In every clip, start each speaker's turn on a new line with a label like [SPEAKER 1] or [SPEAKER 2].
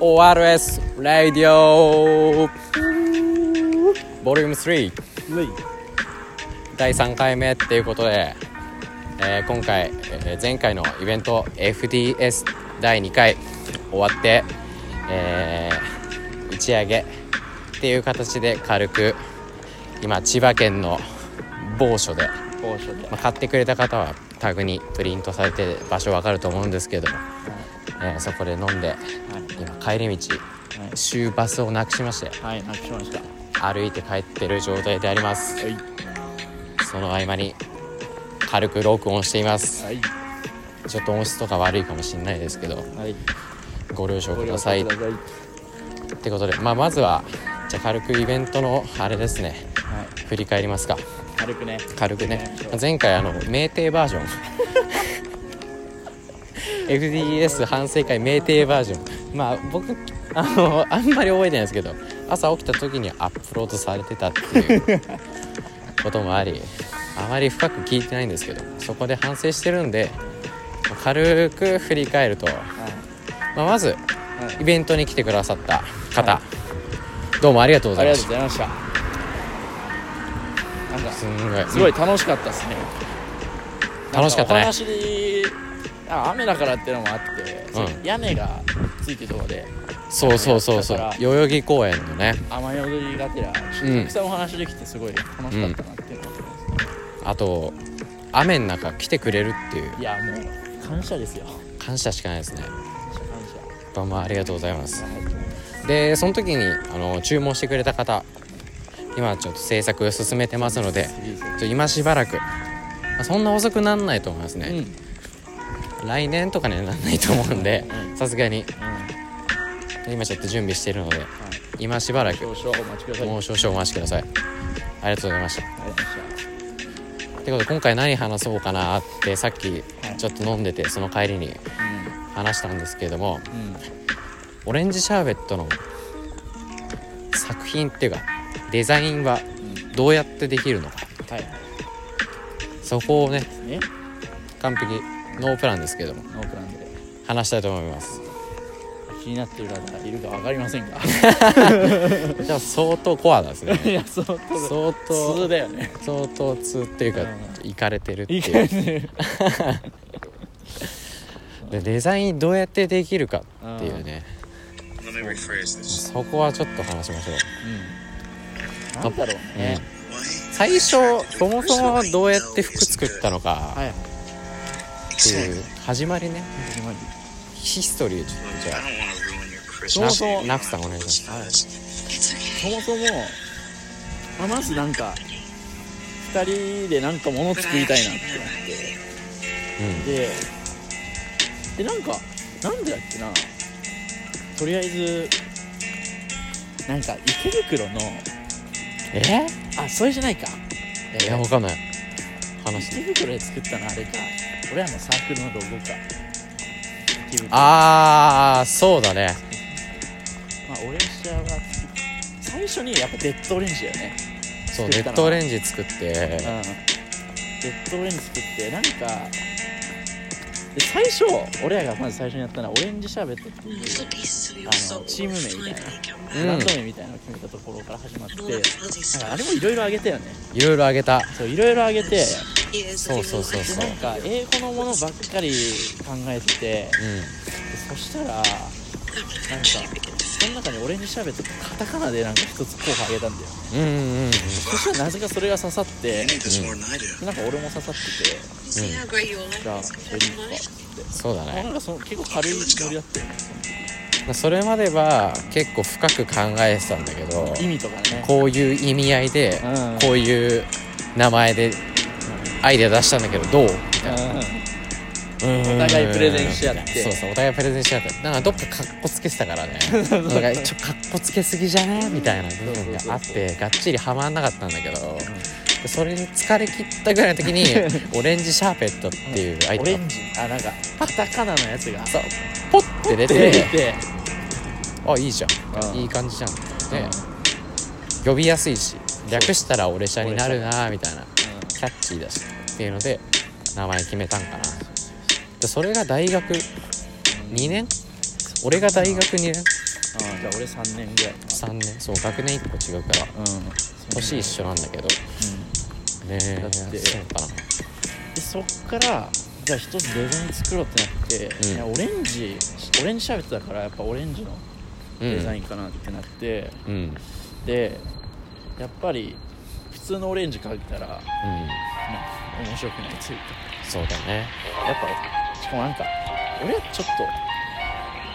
[SPEAKER 1] ORS ラディオボリューム3
[SPEAKER 2] はい
[SPEAKER 1] 第3回目っていうことで、えー今回、えー前回のイベント FDS 第2回終わって、えー打ち上げっていう形で軽く今千葉県の某所で、
[SPEAKER 2] 高所
[SPEAKER 1] ま
[SPEAKER 2] で
[SPEAKER 1] あ、買ってくれた方はタグにプリントされて場所わかると思うんですけども、えーそこで飲んで今帰り道終バスをなくしまして
[SPEAKER 2] はいはいなくしましたは
[SPEAKER 1] 歩いて帰ってる状態であります
[SPEAKER 2] い
[SPEAKER 1] その合間に軽く録音しています
[SPEAKER 2] はい
[SPEAKER 1] ちょっと音質とか悪いかもしれないですけど
[SPEAKER 2] はい
[SPEAKER 1] ご了承
[SPEAKER 2] ご
[SPEAKER 1] く
[SPEAKER 2] 了
[SPEAKER 1] だ
[SPEAKER 2] 承
[SPEAKER 1] さいっ
[SPEAKER 2] ください
[SPEAKER 1] てことで、まあ、まずはじゃあ軽くイベントのあれですね
[SPEAKER 2] はい
[SPEAKER 1] 振り返りますか
[SPEAKER 2] 軽くね
[SPEAKER 1] 軽くね
[SPEAKER 2] そう
[SPEAKER 1] 前回あの酩酊バージ ョン FDS 反省会酩酊バージョンまあ僕あのあんまり覚えてないですけど朝起きた時にアップロードされてたっていうこともありあまり深く聞いてないんですけどそこで反省してるんで軽く振り返ると、
[SPEAKER 2] はい
[SPEAKER 1] まあ、まず
[SPEAKER 2] はい
[SPEAKER 1] イベントに来てくださった方、どうもありがとうご
[SPEAKER 2] あ
[SPEAKER 1] ざい
[SPEAKER 2] り
[SPEAKER 1] ま
[SPEAKER 2] がと
[SPEAKER 1] し
[SPEAKER 2] う
[SPEAKER 1] た
[SPEAKER 2] ございましたなんか
[SPEAKER 1] すんごい
[SPEAKER 2] すごい楽しかったですね
[SPEAKER 1] 楽しかったね
[SPEAKER 2] なんお話にあ雨だからってのもあって、そう
[SPEAKER 1] うん
[SPEAKER 2] 屋根がついてるとこで
[SPEAKER 1] そうそうそうそう
[SPEAKER 2] だから
[SPEAKER 1] 代々木公園のね
[SPEAKER 2] 雨宿りがてらちょっとたくさんお話できてすごい楽しかったなっていうのがあります、
[SPEAKER 1] あと雨の中来てくれるっていう
[SPEAKER 2] いやもう感謝ですよ
[SPEAKER 1] 感謝しかないですね
[SPEAKER 2] 感謝感
[SPEAKER 1] どうもありがとうございます
[SPEAKER 2] 謝
[SPEAKER 1] でその時にあの注文してくれた方今ちょっと制作進めてますので
[SPEAKER 2] 次です
[SPEAKER 1] ちょっと今しばらくまあそんな遅くなんないと思います
[SPEAKER 2] うん、う
[SPEAKER 1] ね、
[SPEAKER 2] ん、
[SPEAKER 1] 来年とかにはなんないと思うんで
[SPEAKER 2] う
[SPEAKER 1] さすがにで今ちょっと準備してるので今しばらく
[SPEAKER 2] 少々お待ちください
[SPEAKER 1] もう少々お待ちくださいありがとうございました
[SPEAKER 2] ありがとうございまし
[SPEAKER 1] ってことで今回何話そうかなってさっき
[SPEAKER 2] はい
[SPEAKER 1] ちょっと飲んでてその帰りに
[SPEAKER 2] た
[SPEAKER 1] 話したんですけれども
[SPEAKER 2] うんうん
[SPEAKER 1] オレンジシャーベットの作品っていうかデザインは
[SPEAKER 2] うん
[SPEAKER 1] どうやってできるのか
[SPEAKER 2] はい
[SPEAKER 1] そこをね
[SPEAKER 2] ですね
[SPEAKER 1] 完璧ノープランですけども
[SPEAKER 2] ノープランで
[SPEAKER 1] 話したいと思います
[SPEAKER 2] 気になってる方いるか分かりませんが
[SPEAKER 1] じゃあ相当コアなんですね
[SPEAKER 2] いや相当
[SPEAKER 1] 相
[SPEAKER 2] 普通
[SPEAKER 1] 当
[SPEAKER 2] だよね
[SPEAKER 1] 相当通っていうか
[SPEAKER 2] う
[SPEAKER 1] いかれてるって
[SPEAKER 2] いい
[SPEAKER 1] い
[SPEAKER 2] 感
[SPEAKER 1] う
[SPEAKER 2] じで
[SPEAKER 1] でデザインどうやってできるかっていうね
[SPEAKER 3] Let me rephrase this.
[SPEAKER 1] そこはちょっと話しましょう
[SPEAKER 2] うんなんだろうね、
[SPEAKER 1] 最初そもそもどうやって服作ったのか
[SPEAKER 2] はいはい
[SPEAKER 1] っていう始まりね
[SPEAKER 2] 始まり
[SPEAKER 1] ヒストリーをちょっとじゃあ
[SPEAKER 3] don't want to
[SPEAKER 1] Christmas. Knock- knock down,
[SPEAKER 3] ruin your Christmas.
[SPEAKER 1] isn't
[SPEAKER 2] そもそも、まあ、まずなんか2人でなんかもの作りたいなってなってででなんかなんでだっけなとりあえずなんか池袋の
[SPEAKER 1] うんえ
[SPEAKER 2] あそれじゃないか
[SPEAKER 1] いやわかんない話
[SPEAKER 2] 池袋で作ったのあれか俺らのサークルのロゴか池袋
[SPEAKER 1] あーそうだね
[SPEAKER 2] まあオレンジは最初にやっぱデッドオレンジだよね
[SPEAKER 1] そう
[SPEAKER 2] 作
[SPEAKER 1] レ
[SPEAKER 2] ったな
[SPEAKER 1] ッドオレンジ作って
[SPEAKER 2] うんデッドオレンジ作ってなんかで最初俺らがまず最初にやったのはオレンジシャーベットっていうあのチーム名みたいな
[SPEAKER 1] うん
[SPEAKER 2] ブランド名みたいなのを決めたところから始まってなんかあれもいろいろあげたよね
[SPEAKER 1] いろいろあげた
[SPEAKER 2] そういろいろあげてで
[SPEAKER 1] そうそうそうそう
[SPEAKER 2] なんか英語のものばっかり考えてて
[SPEAKER 1] う
[SPEAKER 2] でそしたらなんかその中にオレンジシャーベットってカタカナでなんか一つ候補あげたんだよ
[SPEAKER 1] んうんうんうん
[SPEAKER 2] そしたらなぜかそれが刺さってでなんか俺も刺さっててじゃあそれに行くか
[SPEAKER 1] そうだ
[SPEAKER 2] あ
[SPEAKER 1] ね
[SPEAKER 2] なんかその結構軽いノリだったよね
[SPEAKER 1] それまでは結構深く考えてたんだけど
[SPEAKER 2] 意味とかね
[SPEAKER 1] こういう意味合いで
[SPEAKER 2] うん
[SPEAKER 1] こういう名前でアイデア出したんだけどどう
[SPEAKER 2] お
[SPEAKER 1] お
[SPEAKER 2] 互いプレゼンし合って
[SPEAKER 1] そうそうお互いプレゼンし合ってなんかどっかかっこつけてたからね お互いちょっとかっこつけすぎじゃねみたいな部分があってがっちりはまんなかったんだけど、でそれに疲れ切ったぐらいの時にオレンジシャーペットっていうアイ
[SPEAKER 2] オ
[SPEAKER 1] テ
[SPEAKER 2] レ
[SPEAKER 1] ム
[SPEAKER 2] ンジあなんかカタカナのやつが
[SPEAKER 1] そうポッて出
[SPEAKER 2] 出
[SPEAKER 1] て
[SPEAKER 2] て
[SPEAKER 1] あいいじゃん
[SPEAKER 2] うん
[SPEAKER 1] いい感じじゃんって呼びやすいし略したらオレシャになるなみたいなキャッチーだしっていうので名前決めたんかなでそれが大学2年俺が大学2年
[SPEAKER 2] あじゃあ俺3年ぐらいか
[SPEAKER 1] 3年そう学年1個違うから
[SPEAKER 2] なうん
[SPEAKER 1] 年一緒なんだけど
[SPEAKER 2] うん
[SPEAKER 1] ねえ
[SPEAKER 2] だって
[SPEAKER 1] そうかな
[SPEAKER 2] でそっからじゃあ一つデザイン作ろうってなって、
[SPEAKER 1] うん
[SPEAKER 2] いやオレンジオレンジシャーベットだからやっぱオレンジの
[SPEAKER 1] うん
[SPEAKER 2] デザインかなってなって、
[SPEAKER 1] うんうん
[SPEAKER 2] でやっぱり普通のオレンジ描いたらなんか面白くないというか
[SPEAKER 1] そうだね
[SPEAKER 2] やっぱしかもなんか俺はちょっ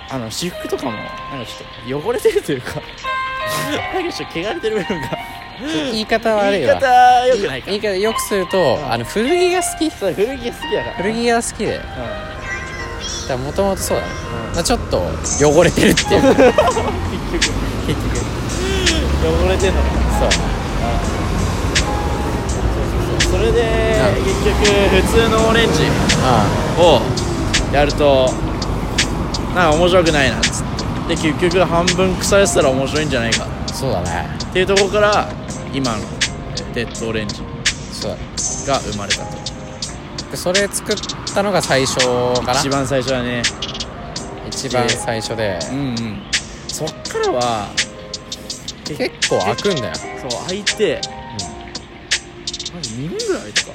[SPEAKER 2] とあの私服とかもなんかちょっと汚れてるというか なんかちょっと汚れてる部分が
[SPEAKER 1] 言い方悪
[SPEAKER 2] 言
[SPEAKER 1] い
[SPEAKER 2] い
[SPEAKER 1] わ
[SPEAKER 2] 方良くないか
[SPEAKER 1] 言い方よくすると
[SPEAKER 2] ん
[SPEAKER 1] あの古着が好き
[SPEAKER 2] そう古着が好きだから
[SPEAKER 1] 古着が好きでだからもともとそうだね、
[SPEAKER 2] うん
[SPEAKER 1] まあ、ちょっと汚れてるっていうか
[SPEAKER 2] うん、結局結局汚れてんのか
[SPEAKER 1] そう
[SPEAKER 2] なそれで結局普通のオレンジ
[SPEAKER 1] あ
[SPEAKER 2] をやるとなんか面白くないなっつってで結局半分腐れてたら面白いんじゃないか
[SPEAKER 1] あそうだね
[SPEAKER 2] っていうところから今のデッドオレンジ
[SPEAKER 1] そうだね
[SPEAKER 2] が生まれたと
[SPEAKER 1] でそれ作ったのが最初かな
[SPEAKER 2] 一番最初はね
[SPEAKER 1] 一番最初で
[SPEAKER 2] うんうんそっからは
[SPEAKER 1] 結構開くんだよ
[SPEAKER 2] そう開いて、マジ2年ぐらい開いたか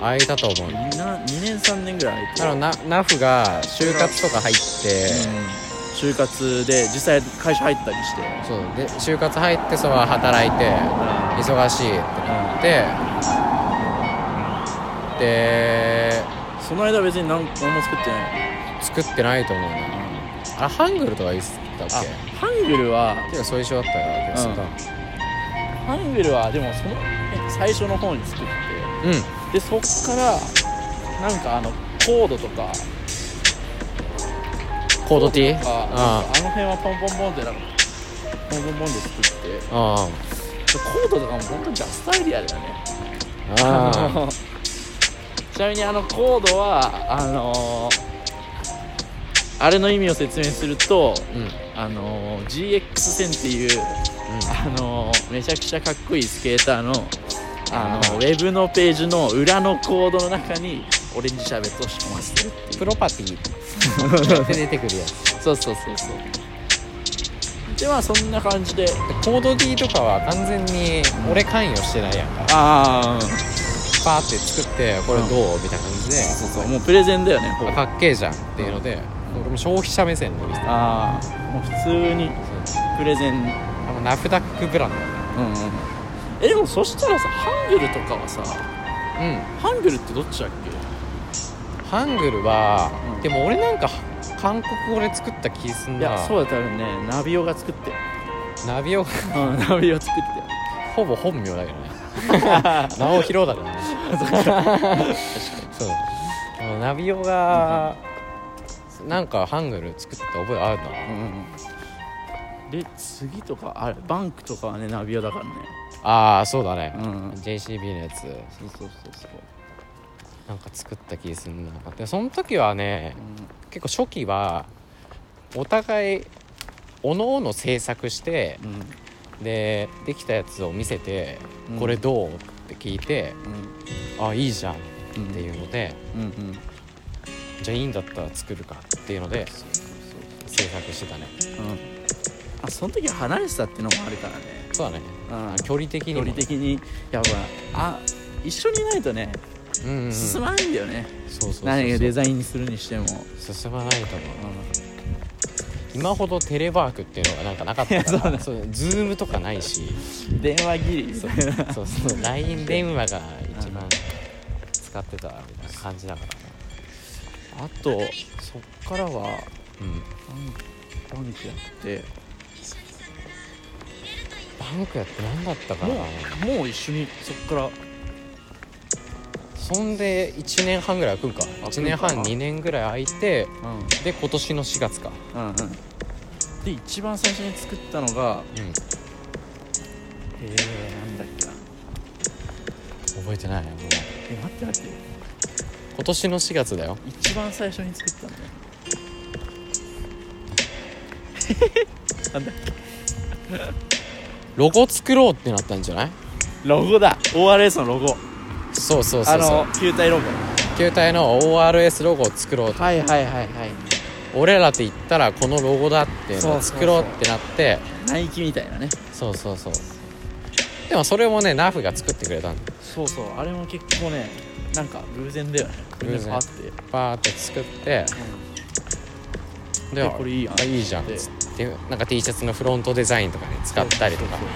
[SPEAKER 1] 開いたと思う
[SPEAKER 2] な2年3年ぐらい
[SPEAKER 1] あ
[SPEAKER 2] 開い
[SPEAKER 1] の
[SPEAKER 2] て
[SPEAKER 1] なナフが就活とか入って、
[SPEAKER 2] うん、就活で実際会社入ったりして
[SPEAKER 1] そうで就活入ってその働いて忙しいってなってで
[SPEAKER 2] その間別に何何も作ってない
[SPEAKER 1] 作ってないと思うなあハングルとか言ってたっ
[SPEAKER 2] あ
[SPEAKER 1] け
[SPEAKER 2] ハングルは
[SPEAKER 1] てかそういう一緒だったような気がするな
[SPEAKER 2] ハングルはでもそのえ最初の方に作って
[SPEAKER 1] うん、
[SPEAKER 2] でそっからなんかあのコードとか
[SPEAKER 1] コード T?
[SPEAKER 2] あ
[SPEAKER 1] あ
[SPEAKER 2] あの辺はポンポンポンってなんかポンポンポンで作ってで
[SPEAKER 1] あ
[SPEAKER 2] コードとかも本当にジャストアイディアだよね
[SPEAKER 1] あ
[SPEAKER 2] あ
[SPEAKER 1] あ
[SPEAKER 2] の ちなみにあのコードはあのあれの意味を説明すると
[SPEAKER 1] うんうん
[SPEAKER 2] あの GX 線っていうあのめちゃくちゃかっこいいスケーターのあのウェブのページの裏のコードの中にオレンジシャーベットを仕込ませてるっていう
[SPEAKER 1] プロパティ で出てくるやつ
[SPEAKER 2] そうそうそうそうでまあそんな感じで
[SPEAKER 1] でコード D とかは完全に俺関与してないやんか
[SPEAKER 2] ああ
[SPEAKER 1] パーって作ってこれどうみたいな感じで
[SPEAKER 2] そうそうもうプレゼンだよねほぼ
[SPEAKER 1] かっけえじゃんっていうので俺も消費者目線で見てた
[SPEAKER 2] ああもう普通にプレゼン
[SPEAKER 1] あのナフダックブランド
[SPEAKER 2] うんうんえでもそしたらさハングルとかはさ
[SPEAKER 1] う
[SPEAKER 2] ハングルってどっちだっけ
[SPEAKER 1] んハングルは、
[SPEAKER 2] うん
[SPEAKER 1] でも俺なんか韓国語で作った気すん
[SPEAKER 2] いや
[SPEAKER 1] な
[SPEAKER 2] そうだ多分ねナビオが作って
[SPEAKER 1] ナビオ
[SPEAKER 2] うんナビオ作って
[SPEAKER 1] ほぼ本名だけ どね名を広だからねそうでもナビオがなんかハングル作った覚えあるな
[SPEAKER 2] うんうんうんで次とかあれバンクとかはねナビオだからね
[SPEAKER 1] ああそうだね、
[SPEAKER 2] うんうん
[SPEAKER 1] JCB のやつ
[SPEAKER 2] そうそうそうそう
[SPEAKER 1] なんか作った気すんなでその時はね
[SPEAKER 2] うん
[SPEAKER 1] 結構初期はお互いおのおの制作して
[SPEAKER 2] うん
[SPEAKER 1] でできたやつを見せて
[SPEAKER 2] う
[SPEAKER 1] 「
[SPEAKER 2] ん
[SPEAKER 1] これどう?」って聞いて「あいいじゃん」っていうので
[SPEAKER 2] うんうんうん
[SPEAKER 1] 「じゃあいいんだったら作るか」っていうので制作してたね
[SPEAKER 2] うんあその時は離れてたっていうのもあるからね
[SPEAKER 1] そうだね
[SPEAKER 2] うん
[SPEAKER 1] 距離的に
[SPEAKER 2] 距
[SPEAKER 1] も
[SPEAKER 2] 離的にやばいあ一緒にいないとね
[SPEAKER 1] うんうんうん
[SPEAKER 2] 進まないんだよね
[SPEAKER 1] そうそうそう
[SPEAKER 2] 何がデザインにするにしても
[SPEAKER 1] 進まないと思う今ほどテレワークっていうのがなんかなかっ たからそうズームとかないし
[SPEAKER 2] うん電話ギリ それ
[SPEAKER 1] そうそう LINE 電話が一番使ってたみたいな感じだからね
[SPEAKER 2] あとそっからは
[SPEAKER 1] うん
[SPEAKER 2] バンクやって
[SPEAKER 1] バンクやって何だったかな
[SPEAKER 2] もうもう一緒にそっから
[SPEAKER 1] そんで1年半ぐらい空くんか
[SPEAKER 2] 空くんか
[SPEAKER 1] 1年半2年ぐらい空いて
[SPEAKER 2] うんうん
[SPEAKER 1] で今年の4月か
[SPEAKER 2] うんで一番最初に作ったのが
[SPEAKER 1] うん
[SPEAKER 2] えー、なんだっけな
[SPEAKER 1] 覚えてないもう
[SPEAKER 2] え待って待って
[SPEAKER 1] 今年の4月だよ
[SPEAKER 2] 一番最初に作ったのねなんだっけ
[SPEAKER 1] ロゴ作ろうってなったんじゃない
[SPEAKER 2] ロゴだ ORS のロゴ
[SPEAKER 1] そうそうそうそう
[SPEAKER 2] あの球体ロゴ
[SPEAKER 1] 球体の ORS ロゴを作ろうと
[SPEAKER 2] はいはいはいはい
[SPEAKER 1] 俺らって言ったらこのロゴだっていうのを作ろうってなって
[SPEAKER 2] ナイキみたいなね
[SPEAKER 1] そうそうそうでもそれもねナフが作ってくれたんだ
[SPEAKER 2] そうそうあれも結構ねなんか偶然だよね偶
[SPEAKER 1] 偶
[SPEAKER 2] 然
[SPEAKER 1] 然
[SPEAKER 2] パーって、
[SPEAKER 1] バーって作ってで
[SPEAKER 2] えこれいいやん
[SPEAKER 1] あいいじゃんっ
[SPEAKER 2] で
[SPEAKER 1] つってなんか T シャツのフロントデザインとかに使ったりとか
[SPEAKER 2] そう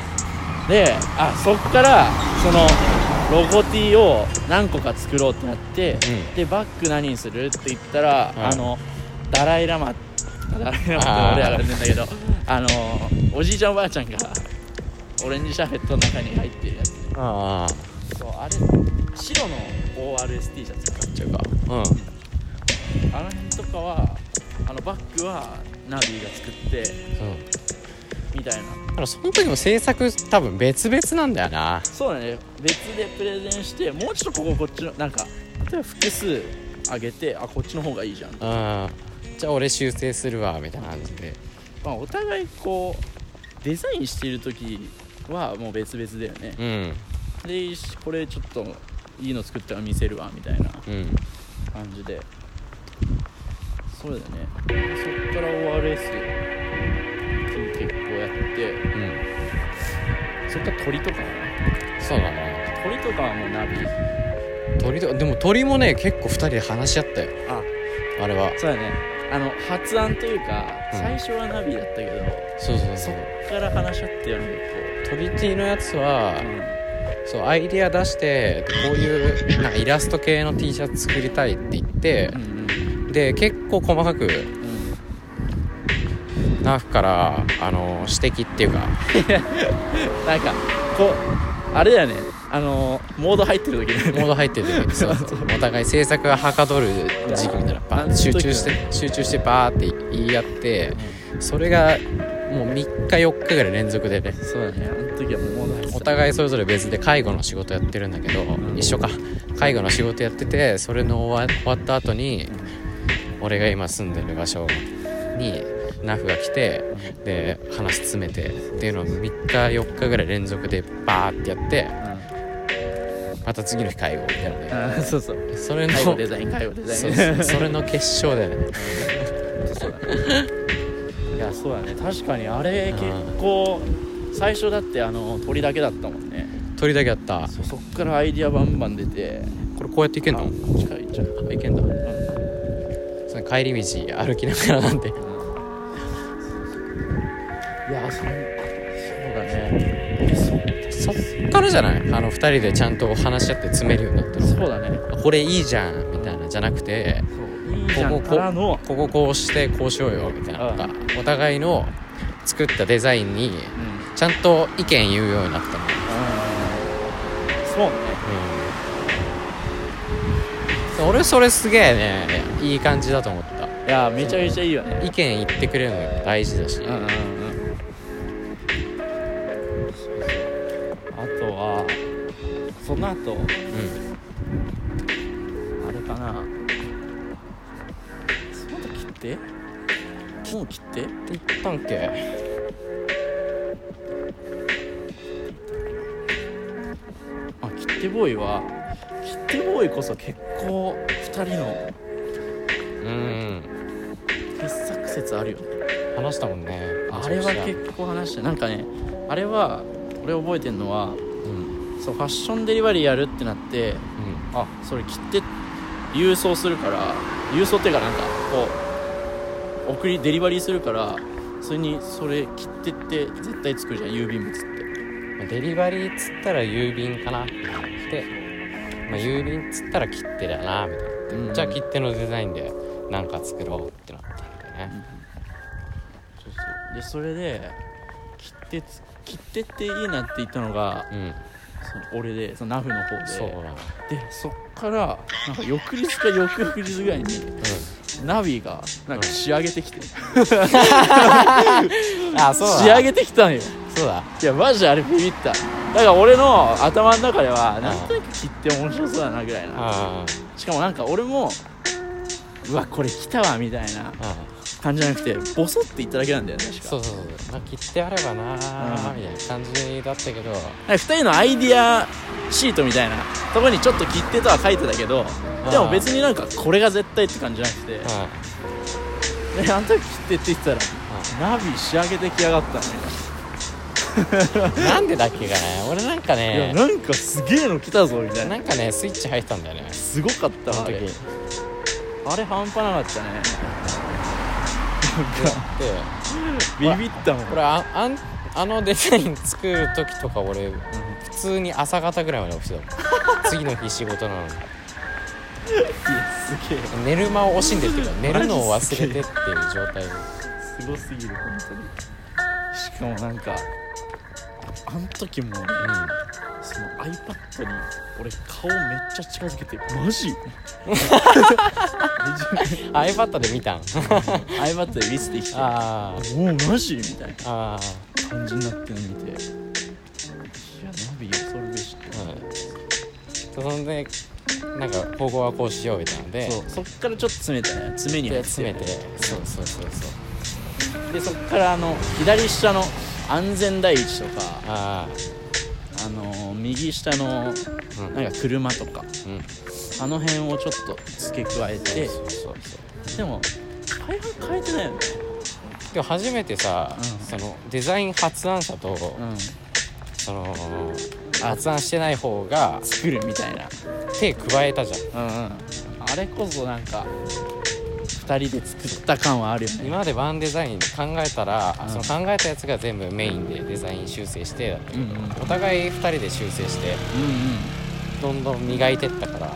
[SPEAKER 2] そうであそっからそのロゴ T を何個か作ろうってなって、
[SPEAKER 1] うん
[SPEAKER 2] でバッグ何にするって言ったら、
[SPEAKER 1] はい
[SPEAKER 2] あのダライラマダライラマって俺らが言うんだけどあのおじいちゃんおばあちゃんがオレンジシャーフェットの中に入ってるやつ
[SPEAKER 1] ああ
[SPEAKER 2] そうあれ白の ORST シャツか
[SPEAKER 1] っていうかうん
[SPEAKER 2] あの辺とかはあのバッグはナビーが作って
[SPEAKER 1] うん
[SPEAKER 2] みたいな
[SPEAKER 1] だからその時も制作多分別々なんだよな
[SPEAKER 2] そうだね別でプレゼンしてもうちょっとこここっちのなんか例えば複数上げてあこっちの方がいいじゃん、
[SPEAKER 1] うんじゃあ俺修正するわみたいな感じで
[SPEAKER 2] まあ、お互いこうデザインしている時はもう別々だよね
[SPEAKER 1] うん
[SPEAKER 2] でこれちょっといいの作ったら見せるわみたいな
[SPEAKER 1] うん
[SPEAKER 2] 感じでそうだよねそっから ORS 結構やって
[SPEAKER 1] うん
[SPEAKER 2] そっから鳥とか
[SPEAKER 1] そうだね
[SPEAKER 2] 鳥とかはもうナビ
[SPEAKER 1] 鳥とでも鳥もね結構2人で話し合ったよ
[SPEAKER 2] あ
[SPEAKER 1] あれは
[SPEAKER 2] そうだねあの発案というか、
[SPEAKER 1] うん
[SPEAKER 2] 最初はナビだったけど
[SPEAKER 1] そうそうそ
[SPEAKER 2] そうっから話し合ってやるん
[SPEAKER 1] 鳥 T のやつは
[SPEAKER 2] だけど、
[SPEAKER 1] そうアイディア出してこういうなんかイラスト系の T シャツ作りたいって言って
[SPEAKER 2] うん、うん
[SPEAKER 1] で結構細かく
[SPEAKER 2] うん
[SPEAKER 1] ナフからあの指摘っていうか
[SPEAKER 2] なんかこうあれだよねあのモード入ってる時だ
[SPEAKER 1] モ
[SPEAKER 2] よ
[SPEAKER 1] ー
[SPEAKER 2] ね
[SPEAKER 1] ド入ってる時 そうそうお互い制作がはかどる時期みたいなバーン集中して集中してバーって言い合ってそれがもう3日4日ぐらい連続でね
[SPEAKER 2] そうだねあの時はもうモード入ってた
[SPEAKER 1] お互いそれぞれ別で介護の仕事やってるんだけど
[SPEAKER 2] ん
[SPEAKER 1] 一緒か介護の仕事やっててそれの終わ終わった後に俺が今住んでる場所にナフが来てで話詰めてっていうのを3日4日ぐらい連続でバーってやってまた次の日介護みたいなね
[SPEAKER 2] うんあそうそう
[SPEAKER 1] それの
[SPEAKER 2] 介護デザイン介護デザ
[SPEAKER 1] そ
[SPEAKER 2] イン
[SPEAKER 1] うそうそれの決勝だよね
[SPEAKER 2] そうだねいやそうだね確かにあれ結構最初だってあの鳥だけだったもんね
[SPEAKER 1] 鳥だけあった
[SPEAKER 2] そうそっからアイディアバンバン出て
[SPEAKER 1] これこうやっていけんの
[SPEAKER 2] あ近いじゃん
[SPEAKER 1] あいけんだ
[SPEAKER 2] うん
[SPEAKER 1] その帰り道歩きながらなんて
[SPEAKER 2] いやそそうだね
[SPEAKER 1] そっからじゃないあの2人でちゃんと話し合って詰めるようになったの
[SPEAKER 2] そうだね
[SPEAKER 1] これいいじゃんみたいなじゃなくて
[SPEAKER 2] いいじゃん
[SPEAKER 1] こここ
[SPEAKER 2] からの
[SPEAKER 1] こここうしてこうしようよみたいなのがお互いの作ったデザインに
[SPEAKER 2] うんうん
[SPEAKER 1] ちゃんと意見言うようになったの、
[SPEAKER 2] そうね
[SPEAKER 1] うん、俺それすげえねいい感じだと思った
[SPEAKER 2] いやめちゃめちゃいいよね
[SPEAKER 1] 意見言ってくれるの大事だし、
[SPEAKER 2] うんうんうんあとはその後
[SPEAKER 1] う
[SPEAKER 2] あれかなその時ってもう切って
[SPEAKER 1] ん、って言ったんけ
[SPEAKER 2] あ切手ボーイは切手ボーイこそ結構2人の
[SPEAKER 1] うん
[SPEAKER 2] 傑作説あるよね
[SPEAKER 1] 話したもんね
[SPEAKER 2] あれは結構話してなんかねあれは俺覚えてんのは
[SPEAKER 1] うん
[SPEAKER 2] そうファッションデリバリーやるってなってあそれ切って郵送するから郵送っていうかなんかこう送りデリバリーするからそれにそれ切ってって絶対作るじゃん郵便物って
[SPEAKER 1] うんデリバリーっつったら郵便かなで、まあ、郵便っつったら切手だなみたいな、
[SPEAKER 2] うん
[SPEAKER 1] じゃあ切手のデザインでなんか作ろうってなったんだよね
[SPEAKER 2] そうそうでそれで切ってつ切ってっていいなって言ったのが
[SPEAKER 1] うん、
[SPEAKER 2] その俺でそのナフの方で
[SPEAKER 1] そうなの
[SPEAKER 2] でそっからなんか翌日か翌々日ぐらいにナビがなんか仕上げてきて、
[SPEAKER 1] うん、 あそうだ
[SPEAKER 2] 仕上げてきたのよ
[SPEAKER 1] そうだ
[SPEAKER 2] いやマジであれビビっただから俺の頭の中ではなんとなく切って面白そうだなぐらいな
[SPEAKER 1] あ
[SPEAKER 2] しかもなんか俺もうわこれ来たわみたいな
[SPEAKER 1] あ
[SPEAKER 2] 感じじゃなくてボソって言っただけなんだよね確か
[SPEAKER 1] そうそうそうまあ切手あればなー
[SPEAKER 2] うん
[SPEAKER 1] みたいな感じだったけど
[SPEAKER 2] なんか2人のアイディアシートみたいなとこにちょっと切ってとは書いてたけどでも別になんかこれが絶対って感じじゃなくて
[SPEAKER 1] う
[SPEAKER 2] であの時切ってって言ってたら、ナビ仕上げてきやがったね、
[SPEAKER 1] なんでだっけかね俺なんか
[SPEAKER 2] いや
[SPEAKER 1] ね
[SPEAKER 2] なんかすげえの来たぞみたいな
[SPEAKER 1] なんかねスイッチ入ったんだよね
[SPEAKER 2] すごかったわあれ
[SPEAKER 1] で
[SPEAKER 2] あれ半端なかったね
[SPEAKER 1] ほら
[SPEAKER 2] ビビったもん
[SPEAKER 1] これああんあのデザイン作る時とか俺普通に朝方ぐらいまで起きてたもん次の日仕事なのに
[SPEAKER 2] いやすげえ
[SPEAKER 1] 寝る間を惜しんでるけど寝るのを忘れて
[SPEAKER 2] マジす
[SPEAKER 1] っ
[SPEAKER 2] げ
[SPEAKER 1] てい
[SPEAKER 2] え
[SPEAKER 1] う状態を
[SPEAKER 2] すごすぎる本当にしかもなんかあの時もその iPad に俺顔めっちゃ近づけてマジ
[SPEAKER 1] うん iPad で見たん
[SPEAKER 2] iPad で見せてきても
[SPEAKER 1] あー
[SPEAKER 2] うマジみたい
[SPEAKER 1] あー
[SPEAKER 2] な感じになってるの見ていやナビ恐るべしって
[SPEAKER 1] うんそんでなんか方向はこうしようみたいなので
[SPEAKER 2] そうそっからちょっと詰めたね詰めに入
[SPEAKER 1] で
[SPEAKER 2] って
[SPEAKER 1] 詰めてそうそうそうそう
[SPEAKER 2] でそっからあの左下の安全第一とか
[SPEAKER 1] あ
[SPEAKER 2] あのー右下の
[SPEAKER 1] あうん
[SPEAKER 2] なんか車とか
[SPEAKER 1] うん
[SPEAKER 2] あの辺をちょっと付け加えて
[SPEAKER 1] そうそうそう
[SPEAKER 2] でも大半変えてないよね
[SPEAKER 1] でも初めてさ、
[SPEAKER 2] うん
[SPEAKER 1] そのデザイン発案者と、
[SPEAKER 2] うん
[SPEAKER 1] その発案してない方が
[SPEAKER 2] 作るみたいな
[SPEAKER 1] 手加えたじゃん
[SPEAKER 2] うんうんあれこそなんか2人で作った感はあるよね
[SPEAKER 1] 今までワンデザイン考えたら、
[SPEAKER 2] うん
[SPEAKER 1] その考えたやつが全部メインでデザイン修正してだったけど、
[SPEAKER 2] うんうん
[SPEAKER 1] お互い2人で修正して
[SPEAKER 2] うんうん
[SPEAKER 1] どんどん磨いてったから
[SPEAKER 2] あ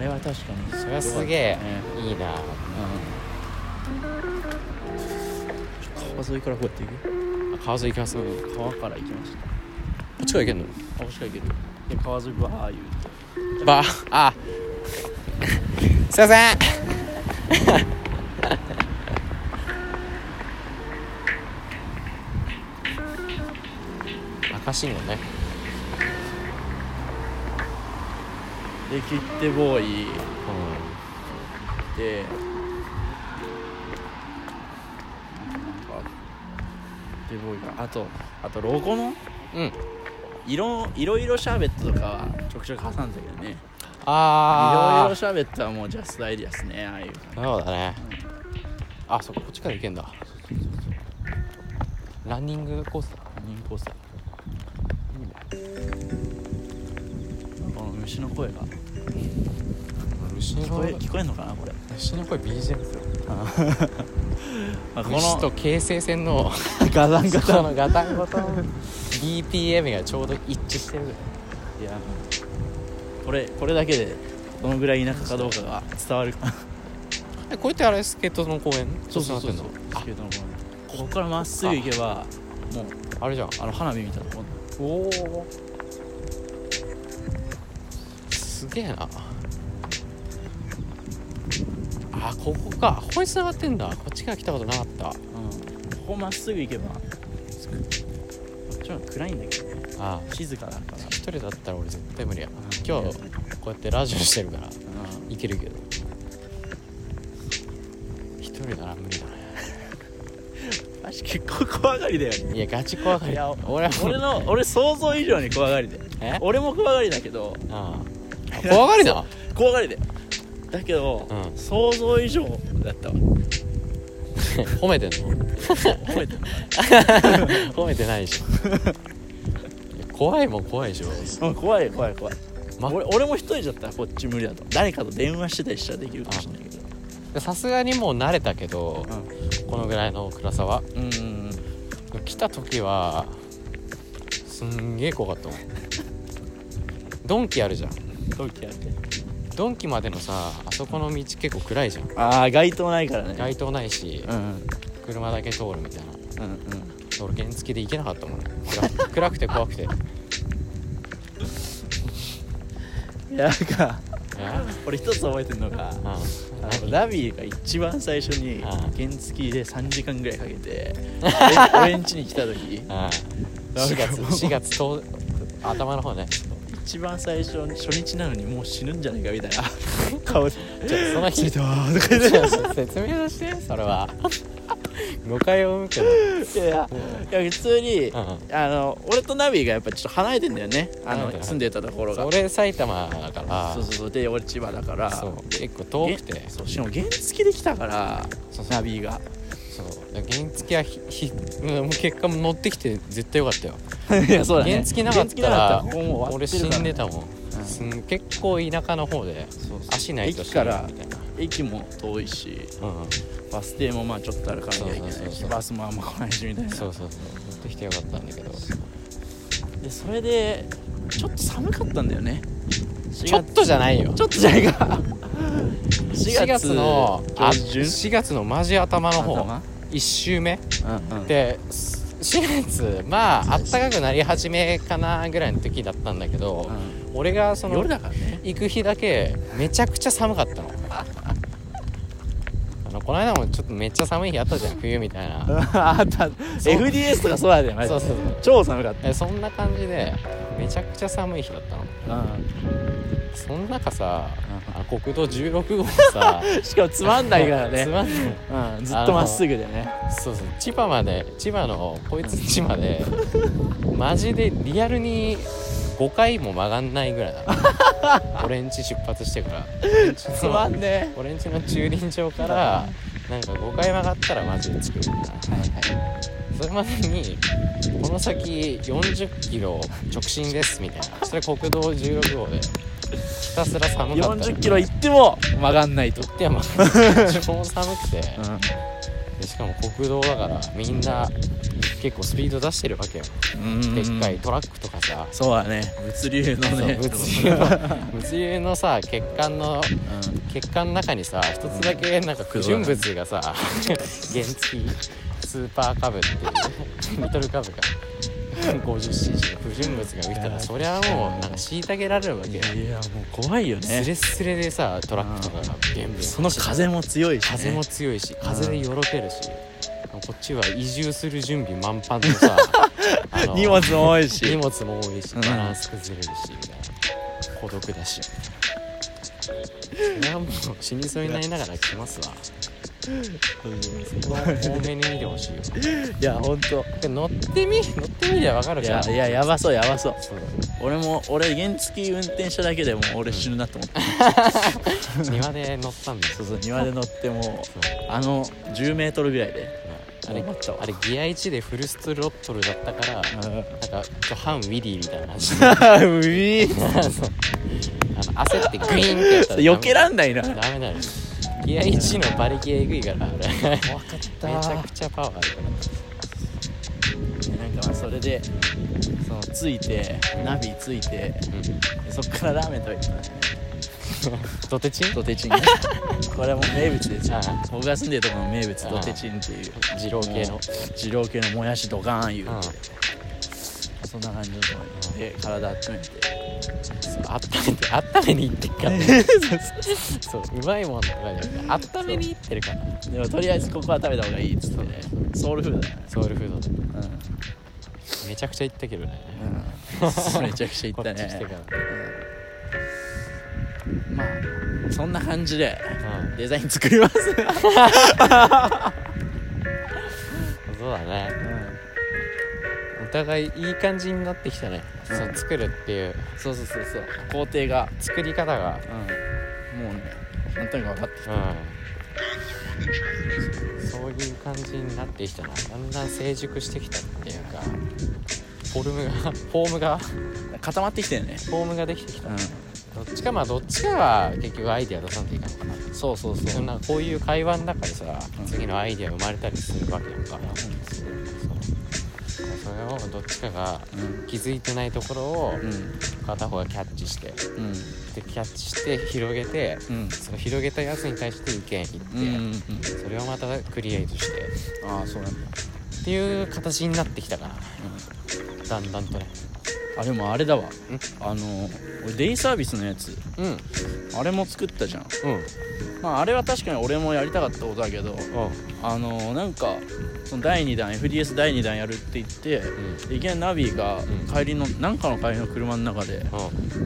[SPEAKER 2] れは確かに
[SPEAKER 1] それはすげえいいなあ
[SPEAKER 2] うん川沿いからこうやって行く
[SPEAKER 1] 川沿い行きます
[SPEAKER 2] 川から行きまし
[SPEAKER 1] こっちから行けんの
[SPEAKER 2] たあもしか行けるで川沿いバー言うて
[SPEAKER 1] ばあすいません赤信号ね
[SPEAKER 2] で切手ボーイ
[SPEAKER 1] う
[SPEAKER 2] ででボーイがあとあとロゴの
[SPEAKER 1] ん、うん、
[SPEAKER 2] 色いろいろシャーベットとかはちょくちょく挟んでたけどねいろいろ
[SPEAKER 1] あ
[SPEAKER 2] シャーベットはもうジャストアイディアっすねああいう
[SPEAKER 1] あそうだねあそっかこっちから行けんだランニングコースだ
[SPEAKER 2] 人工さこの虫の声が
[SPEAKER 1] 虫の
[SPEAKER 2] 聞こえ
[SPEAKER 1] 声
[SPEAKER 2] 聞こえんのかなこれ
[SPEAKER 1] 虫の声 BGM ですよ
[SPEAKER 2] あこ
[SPEAKER 1] 虫と
[SPEAKER 2] の
[SPEAKER 1] 京成線の
[SPEAKER 2] ガランガ
[SPEAKER 1] そ
[SPEAKER 2] ラン
[SPEAKER 1] のガタンゴトン BPM がちょうど一致してるぐらい
[SPEAKER 2] いやもうこれこれだけでどのぐらい田舎かどうかが伝わるか
[SPEAKER 1] えこれってあれスケートの公園ちょっとなってんの
[SPEAKER 2] スケートのこここからまっすぐ行けばもう
[SPEAKER 1] あれじゃん
[SPEAKER 2] あの花火みたいなとこ
[SPEAKER 1] おおすげえなあここかここに繋がってんだこっちから来たことなかった
[SPEAKER 2] うんここまっすぐ行けば着くこっちも暗いんだけどね
[SPEAKER 1] あ
[SPEAKER 2] 静かだから
[SPEAKER 1] 一人だったら俺絶対無理や今
[SPEAKER 2] 今
[SPEAKER 1] 日
[SPEAKER 2] 日
[SPEAKER 1] こうやってラジオしてるから
[SPEAKER 2] うん
[SPEAKER 1] いけるけど一人なら無理だね
[SPEAKER 2] 私結構怖がりだよね
[SPEAKER 1] いやガチ怖がり
[SPEAKER 2] いや
[SPEAKER 1] 俺は
[SPEAKER 2] 俺の俺想像以上に怖がりで
[SPEAKER 1] え
[SPEAKER 2] 俺も怖がりだけど
[SPEAKER 1] ああ怖がりだ
[SPEAKER 2] 怖がりでだけど、
[SPEAKER 1] うん
[SPEAKER 2] 想像以上だったわ
[SPEAKER 1] 褒めてんの
[SPEAKER 2] 覚えてる
[SPEAKER 1] 褒めてないでしょいや怖いもん怖いでしょ
[SPEAKER 2] うん怖い怖い怖い、
[SPEAKER 1] ま
[SPEAKER 2] 俺俺も一人だったらこっち無理だと誰かと電話してたりしたらできるかもしれないけど
[SPEAKER 1] さすがにもう慣れたけど、このぐらいの暗さは
[SPEAKER 2] うんうん
[SPEAKER 1] 来た時はすんげえ怖かったもんドンキあるじゃん
[SPEAKER 2] どうやって
[SPEAKER 1] ドンキまでのさあそこの道結構暗いじゃん
[SPEAKER 2] ああ街灯ないからね
[SPEAKER 1] 街灯ないし
[SPEAKER 2] うんうん
[SPEAKER 1] 車だけ通るみたいな
[SPEAKER 2] うん
[SPEAKER 1] 俺原付で行けなかったもん暗く暗くて怖 くて
[SPEAKER 2] うんいやなんか
[SPEAKER 1] え
[SPEAKER 2] 俺一つ覚えてるのが
[SPEAKER 1] うん
[SPEAKER 2] あのラビーが一番最初に
[SPEAKER 1] ああ
[SPEAKER 2] 原付で3時間ぐらいかけて 俺俺ん家に来た時
[SPEAKER 1] うん
[SPEAKER 2] なんか
[SPEAKER 1] 4月
[SPEAKER 2] もう
[SPEAKER 1] 4月と頭の方ね
[SPEAKER 2] 一番最初に初日なのにもう死ぬんじゃないかみた いな顔で
[SPEAKER 1] ちょっとその日
[SPEAKER 2] 着いたーとか言って
[SPEAKER 1] 説明してそれは誤解を受け
[SPEAKER 2] いやいや普通に、
[SPEAKER 1] た、うん
[SPEAKER 2] あの俺とナビがやっぱちょっと離れてんだよねあ
[SPEAKER 1] 離
[SPEAKER 2] の
[SPEAKER 1] れてる
[SPEAKER 2] 住んでたところ
[SPEAKER 1] そ
[SPEAKER 2] が
[SPEAKER 1] う俺埼玉だから
[SPEAKER 2] そうそうそうで俺千葉だから
[SPEAKER 1] そう結構遠くて
[SPEAKER 2] げそうしかも原付で来たから
[SPEAKER 1] そうそう
[SPEAKER 2] ナビが
[SPEAKER 1] そうだから原付はひひもう結果も乗ってきて絶対よかったよ、
[SPEAKER 2] いやそうだね
[SPEAKER 1] 原付なかったら
[SPEAKER 2] 原付なかったらここもう終わ
[SPEAKER 1] 俺
[SPEAKER 2] って
[SPEAKER 1] 死
[SPEAKER 2] るから
[SPEAKER 1] んでたもん、
[SPEAKER 2] ん
[SPEAKER 1] すん結構田舎の方で
[SPEAKER 2] そうそう
[SPEAKER 1] 足ないと
[SPEAKER 2] 駅
[SPEAKER 1] 死
[SPEAKER 2] か
[SPEAKER 1] ぬみ
[SPEAKER 2] ら
[SPEAKER 1] たいな
[SPEAKER 2] 駅も遠いし
[SPEAKER 1] うんうん
[SPEAKER 2] バス停もまあちょっとあるから
[SPEAKER 1] そう
[SPEAKER 2] な
[SPEAKER 1] そう
[SPEAKER 2] きゃい
[SPEAKER 1] そうそう
[SPEAKER 2] けないしバスもあんま来ないしみたいな
[SPEAKER 1] そうそうそう乗ってきてよかったんだけど
[SPEAKER 2] でそれでちょっと寒かったんだよね
[SPEAKER 1] ちょっとじゃないよ
[SPEAKER 2] ちょっとじゃないか
[SPEAKER 1] 4
[SPEAKER 2] 4
[SPEAKER 1] 月のあ
[SPEAKER 2] 上旬
[SPEAKER 1] 4月のマジ頭の方
[SPEAKER 2] 頭
[SPEAKER 1] 1週目
[SPEAKER 2] うんうん
[SPEAKER 1] です4月まああったかくなり始めかなぐらいの時だったんだけど、俺がその
[SPEAKER 2] 夜だからね
[SPEAKER 1] 行く日だけめちゃくちゃ寒かったのあのこの間もちょっとめっちゃ寒い日あったじゃん冬みたいな
[SPEAKER 2] あ った
[SPEAKER 1] そう
[SPEAKER 2] FDS とかそうだよね
[SPEAKER 1] そうそうそう
[SPEAKER 2] 超寒かっ
[SPEAKER 1] えそんな感じでめちゃくちゃ寒い日だったの
[SPEAKER 2] た、
[SPEAKER 1] そん中さ
[SPEAKER 2] う
[SPEAKER 1] あの国道16号でさ
[SPEAKER 2] しかも つまんないからね
[SPEAKER 1] つまんない
[SPEAKER 2] うん、ずっとまっすぐでね
[SPEAKER 1] そうそう千葉まで千葉のこいつ千葉でマジでリアルに5回も曲がんないぐらいだ俺んち出発してから俺んちの
[SPEAKER 2] つまんね
[SPEAKER 1] 俺んちの駐輪場からなんか5回曲がったらマジで着くみたいなそれまでにこの先40キロ直進ですみたいなそれ国道16号でひたすら寒かった
[SPEAKER 2] 40キロ行っても曲がんないと、
[SPEAKER 1] で まあ超寒くて
[SPEAKER 2] うん
[SPEAKER 1] でしかも国道だからみんな結構スピード出してるわけよでっかいトラックとかさ
[SPEAKER 2] そうだね物流の
[SPEAKER 1] そう
[SPEAKER 2] ね
[SPEAKER 1] 物流の物流のさ血管の血管の中にさ一つだけなんか不純物が さ原付スーパーカブっていうリトルカブが 50cc の不純物が浮いたらそりゃもうなんか虐げられるわ
[SPEAKER 2] うん
[SPEAKER 1] けよ
[SPEAKER 2] いやもう怖いよ
[SPEAKER 1] ス
[SPEAKER 2] ね
[SPEAKER 1] レスレでさトラックとかがビュンビュン
[SPEAKER 2] その風も強いし、ね、
[SPEAKER 1] 風も強いし風でよろけるしこっちは移住する準備満帆で さあの
[SPEAKER 2] 荷物も多いし
[SPEAKER 1] 荷物も多いし
[SPEAKER 2] うん
[SPEAKER 1] バランス崩れるしみたいな孤独だしみたいなそれはもう死にそうになりながら来ますわそこは多めに見てほしいよ
[SPEAKER 2] いやほんと
[SPEAKER 1] で乗ってみ乗ってみりゃ分かる
[SPEAKER 2] い
[SPEAKER 1] じゃ
[SPEAKER 2] や
[SPEAKER 1] ん
[SPEAKER 2] いややばそうやばそう
[SPEAKER 1] そう
[SPEAKER 2] 俺も俺原付運転しただけでもう俺死ぬなと思って、
[SPEAKER 1] 庭で乗ったんです
[SPEAKER 2] そうそう庭で乗ってもう
[SPEAKER 1] そう
[SPEAKER 2] あの1 0ルぐらいで
[SPEAKER 1] あれ
[SPEAKER 2] もう待ったわ
[SPEAKER 1] あれギア1でフルストロットルだったから
[SPEAKER 2] う
[SPEAKER 1] なん
[SPEAKER 2] ん
[SPEAKER 1] かちょ半ウィリーみたいな感じで
[SPEAKER 2] うい
[SPEAKER 1] そうあの焦ってグイーンってやったら
[SPEAKER 2] 避けらんないな
[SPEAKER 1] ダメダメだよギア1の馬力えぐいからあれめち
[SPEAKER 2] 怖かっ
[SPEAKER 1] ゃくちゃパワーあるから
[SPEAKER 2] なんかまあそれでそのついてナビついて
[SPEAKER 1] うん
[SPEAKER 2] でそっからラーメン食べてたね
[SPEAKER 1] ドテチン
[SPEAKER 2] ド テチンねこれはもう名物ですよ
[SPEAKER 1] ああ
[SPEAKER 2] 僕が住んでるところの名物ドテチンっていう
[SPEAKER 1] 二郎系の
[SPEAKER 2] もう二郎系のもやしドカーンいう、
[SPEAKER 1] うん
[SPEAKER 2] そんな感じのとこにで体温めて
[SPEAKER 1] あっためてあっために行ってっからそううまいもんとかじゃなくてあっために行ってるから
[SPEAKER 2] でもとりあえずここは食べた方がいいっつってねソウルフードだね
[SPEAKER 1] ソウルフードで
[SPEAKER 2] うん
[SPEAKER 1] めちゃくちゃ行ったけどね
[SPEAKER 2] うんめちゃくちゃ行
[SPEAKER 1] こ
[SPEAKER 2] っ
[SPEAKER 1] ったち来て
[SPEAKER 2] ね
[SPEAKER 1] か
[SPEAKER 2] まあそんな感じで
[SPEAKER 1] らうん
[SPEAKER 2] デザイン作ります
[SPEAKER 1] そうだねお互いいい感じになってきたねそう作るっていう
[SPEAKER 2] そうそうそうそう工程が
[SPEAKER 1] 作り方が
[SPEAKER 2] うんもうねなんとなく分かって
[SPEAKER 1] うんそういう感じになってきたなだんだん成熟してきたっていうかフォルムが フォームがフ
[SPEAKER 2] き固まってきてるね
[SPEAKER 1] ォームができてきた
[SPEAKER 2] う
[SPEAKER 1] どっちかまあどっちかは結局アイディア出さないといかんのかなん
[SPEAKER 2] そうそう
[SPEAKER 1] で
[SPEAKER 2] そう
[SPEAKER 1] もなんかこういう会話の中でさ
[SPEAKER 2] うん
[SPEAKER 1] 次のアイディア生まれたりするわけやんかそうそれをどっちかが
[SPEAKER 2] うん
[SPEAKER 1] 気づいてないところを
[SPEAKER 2] うん
[SPEAKER 1] 片方がキャッチして
[SPEAKER 2] うん
[SPEAKER 1] でキャッチして広げて
[SPEAKER 2] うん
[SPEAKER 1] その広げたやつに対して意見言って、
[SPEAKER 2] うんうんうん
[SPEAKER 1] それをまたクリエイトして
[SPEAKER 2] ああそうなんだ
[SPEAKER 1] っていう形になってきたかなだんだんとね
[SPEAKER 2] あでもあれだわあの俺デイサービスのやつ
[SPEAKER 1] うんうん
[SPEAKER 2] あれも作ったじゃんまああれは確かに俺もやりたかったことだけどあのなんかその第2弾 FDS 第2弾やるって言って、
[SPEAKER 1] ん
[SPEAKER 2] でいきなりナビが
[SPEAKER 1] ん
[SPEAKER 2] 帰りのなんかの帰りの車の中で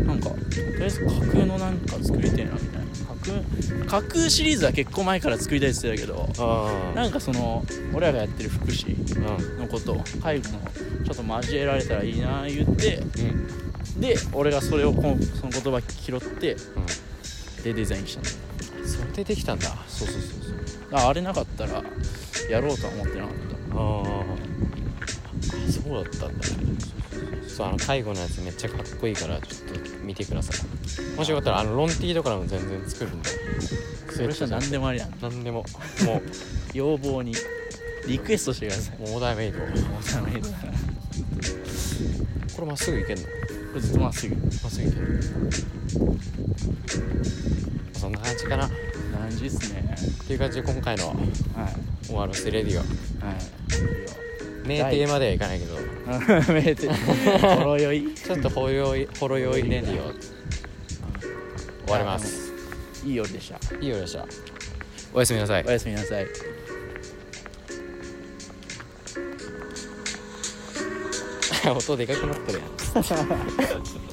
[SPEAKER 2] なんかとりあえず架空のなんか作りたいなみたいな架空架空シリーズは結構前から作りたいって言ってたけど
[SPEAKER 1] あ
[SPEAKER 2] なんかその俺らがやってる福祉
[SPEAKER 1] あうん
[SPEAKER 2] のことを介護のちょっと交えられたらいいな言って
[SPEAKER 1] うん
[SPEAKER 2] で俺がそれをこうその言葉拾ってでデザインしたの
[SPEAKER 1] うんそれでできたんだ
[SPEAKER 2] そうそうそうそうああれなかったらやろうとは思ってなかっ
[SPEAKER 1] ああそうだったんだそうあの介護のやつめっちゃかっこいいからちょっと見てくださいもしよかったらあのロンティーとかでも全然作るんで
[SPEAKER 2] たそれしたら何でもありやん
[SPEAKER 1] 何でもも
[SPEAKER 2] 要望にリクエストしてくださいう
[SPEAKER 1] もうオーダーメイド
[SPEAKER 2] もうダメですこ
[SPEAKER 1] これまっすぐ行けんの
[SPEAKER 2] れずっとまっすぐ
[SPEAKER 1] まっすぐ行けるそんな感じかなっ
[SPEAKER 2] 何時っすね
[SPEAKER 1] ていう感じで今回の
[SPEAKER 2] はい
[SPEAKER 1] 終わらせレディオ
[SPEAKER 2] はい
[SPEAKER 1] 名店まではいかないけど
[SPEAKER 2] いいよめでて ほろ酔い
[SPEAKER 1] ちょっとほろ酔いほろ酔いレディオ終わります
[SPEAKER 2] いい夜でした
[SPEAKER 1] いいよでしたおやすみなさい
[SPEAKER 2] おやすみなさい
[SPEAKER 1] 音でかくなってるやん